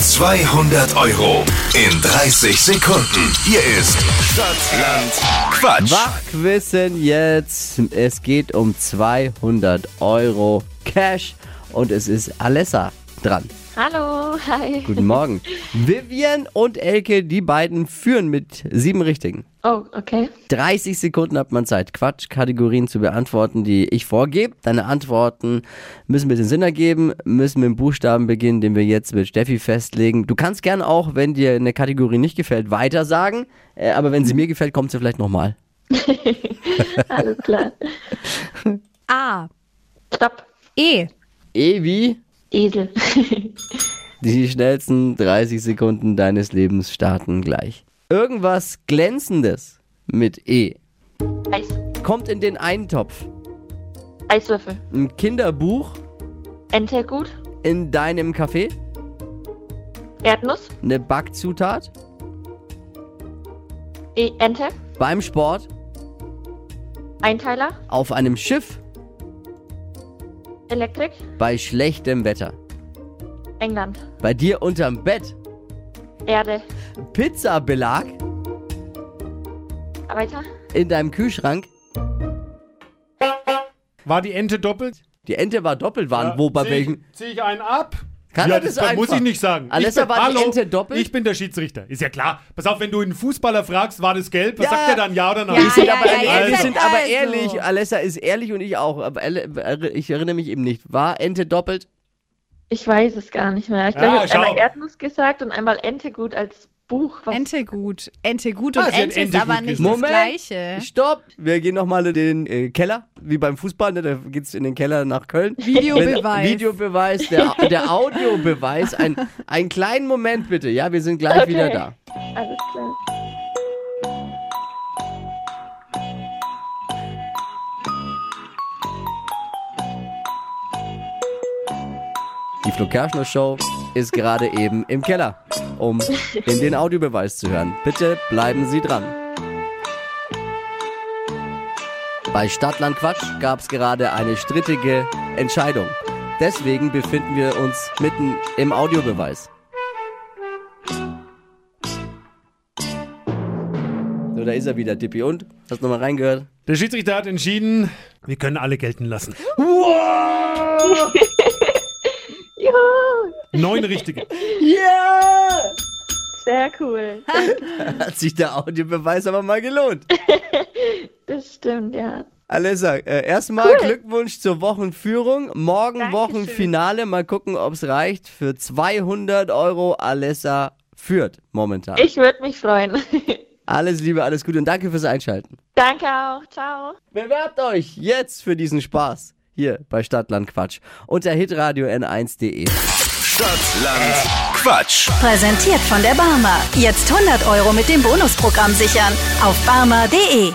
200 Euro in 30 Sekunden. Hier ist Stadtland Quatsch. Wachquissen jetzt. Es geht um 200 Euro Cash und es ist Alessa dran. Hallo, hi. Guten Morgen. Vivian und Elke, die beiden führen mit sieben Richtigen. Oh, okay. 30 Sekunden hat man Zeit, Quatschkategorien zu beantworten, die ich vorgebe. Deine Antworten müssen ein bisschen Sinn ergeben, müssen mit dem Buchstaben beginnen, den wir jetzt mit Steffi festlegen. Du kannst gern auch, wenn dir eine Kategorie nicht gefällt, weitersagen. Äh, Aber wenn sie mir gefällt, kommt sie vielleicht nochmal. Alles klar. A. Stopp. E. Evi, Esel. Die schnellsten 30 Sekunden deines Lebens starten gleich. Irgendwas Glänzendes mit E Eis. kommt in den Eintopf. Eiswürfel. Ein Kinderbuch Ente gut. in deinem Café. Erdnuss. Eine Backzutat. E Ente. Beim Sport. Einteiler. Auf einem Schiff. Elektrik. Bei schlechtem Wetter. England. Bei dir unterm Bett. Erde. Pizzabelag Weiter. in deinem Kühlschrank. War die Ente doppelt? Die Ente war doppelt, waren wo bei welchen? Zieh ich einen ab? Kann er das einfach? muss ich nicht sagen. Alessa, ich bin, war die hallo, Ente doppelt? Ich bin der Schiedsrichter. Ist ja klar. Pass auf, wenn du einen Fußballer fragst, war das gelb? Was Ja. sagt er dann? Ja oder nein? Wir sind, ja, aber, ja, ehrlich- jetzt wir sind also. aber ehrlich, Alessa ist ehrlich und ich auch. Aber Elle- ich erinnere mich eben nicht. War Ente doppelt? Ich weiß es gar nicht mehr. Ich glaube, Ah, ich habe schau. einmal Erdnuss gesagt und einmal Ente gut als Buch. Was Ente gut. Ente gut Ah, und sie hat Ente ist Ente aber gut nicht gesagt. das Moment. Gleiche. Stopp! Wir gehen nochmal in den äh, Keller, wie beim Fußball, ne? da geht's in den Keller nach Köln. Videobeweis. Wenn- Videobeweis, der, der Audiobeweis. Ein, einen kleinen Moment bitte, ja, wir sind gleich wieder da. Alles klar. Die Flo Kerschner Show ist gerade eben im Keller, um in den Audiobeweis zu hören. Bitte bleiben Sie dran. Bei Stadtland Quatsch gab es gerade eine strittige Entscheidung. Deswegen befinden wir uns mitten im Audiobeweis. So, da ist er wieder, Tippi. Und? Hast du nochmal reingehört? Der Schiedsrichter hat entschieden, wir können alle gelten lassen. Juhu! Neun Richtige. Yeah! Sehr cool. Hat sich der Audiobeweis aber mal gelohnt. Das stimmt, ja. Alessa, äh, erstmal Glückwunsch zur Wochenführung. Morgen Dankeschön. Wochenfinale. Mal gucken, ob es reicht. Für 200 Euro Alessa führt momentan. Ich würde mich freuen. Alles Liebe, alles Gute und danke fürs Einschalten. Danke auch. Ciao. Bewerbt euch jetzt für diesen Spaß hier bei Stadtland Quatsch unter hitradio n1.de. Stadtland Quatsch. Präsentiert von der Barmer. Jetzt 100 Euro mit dem Bonusprogramm sichern. Auf barmer.de.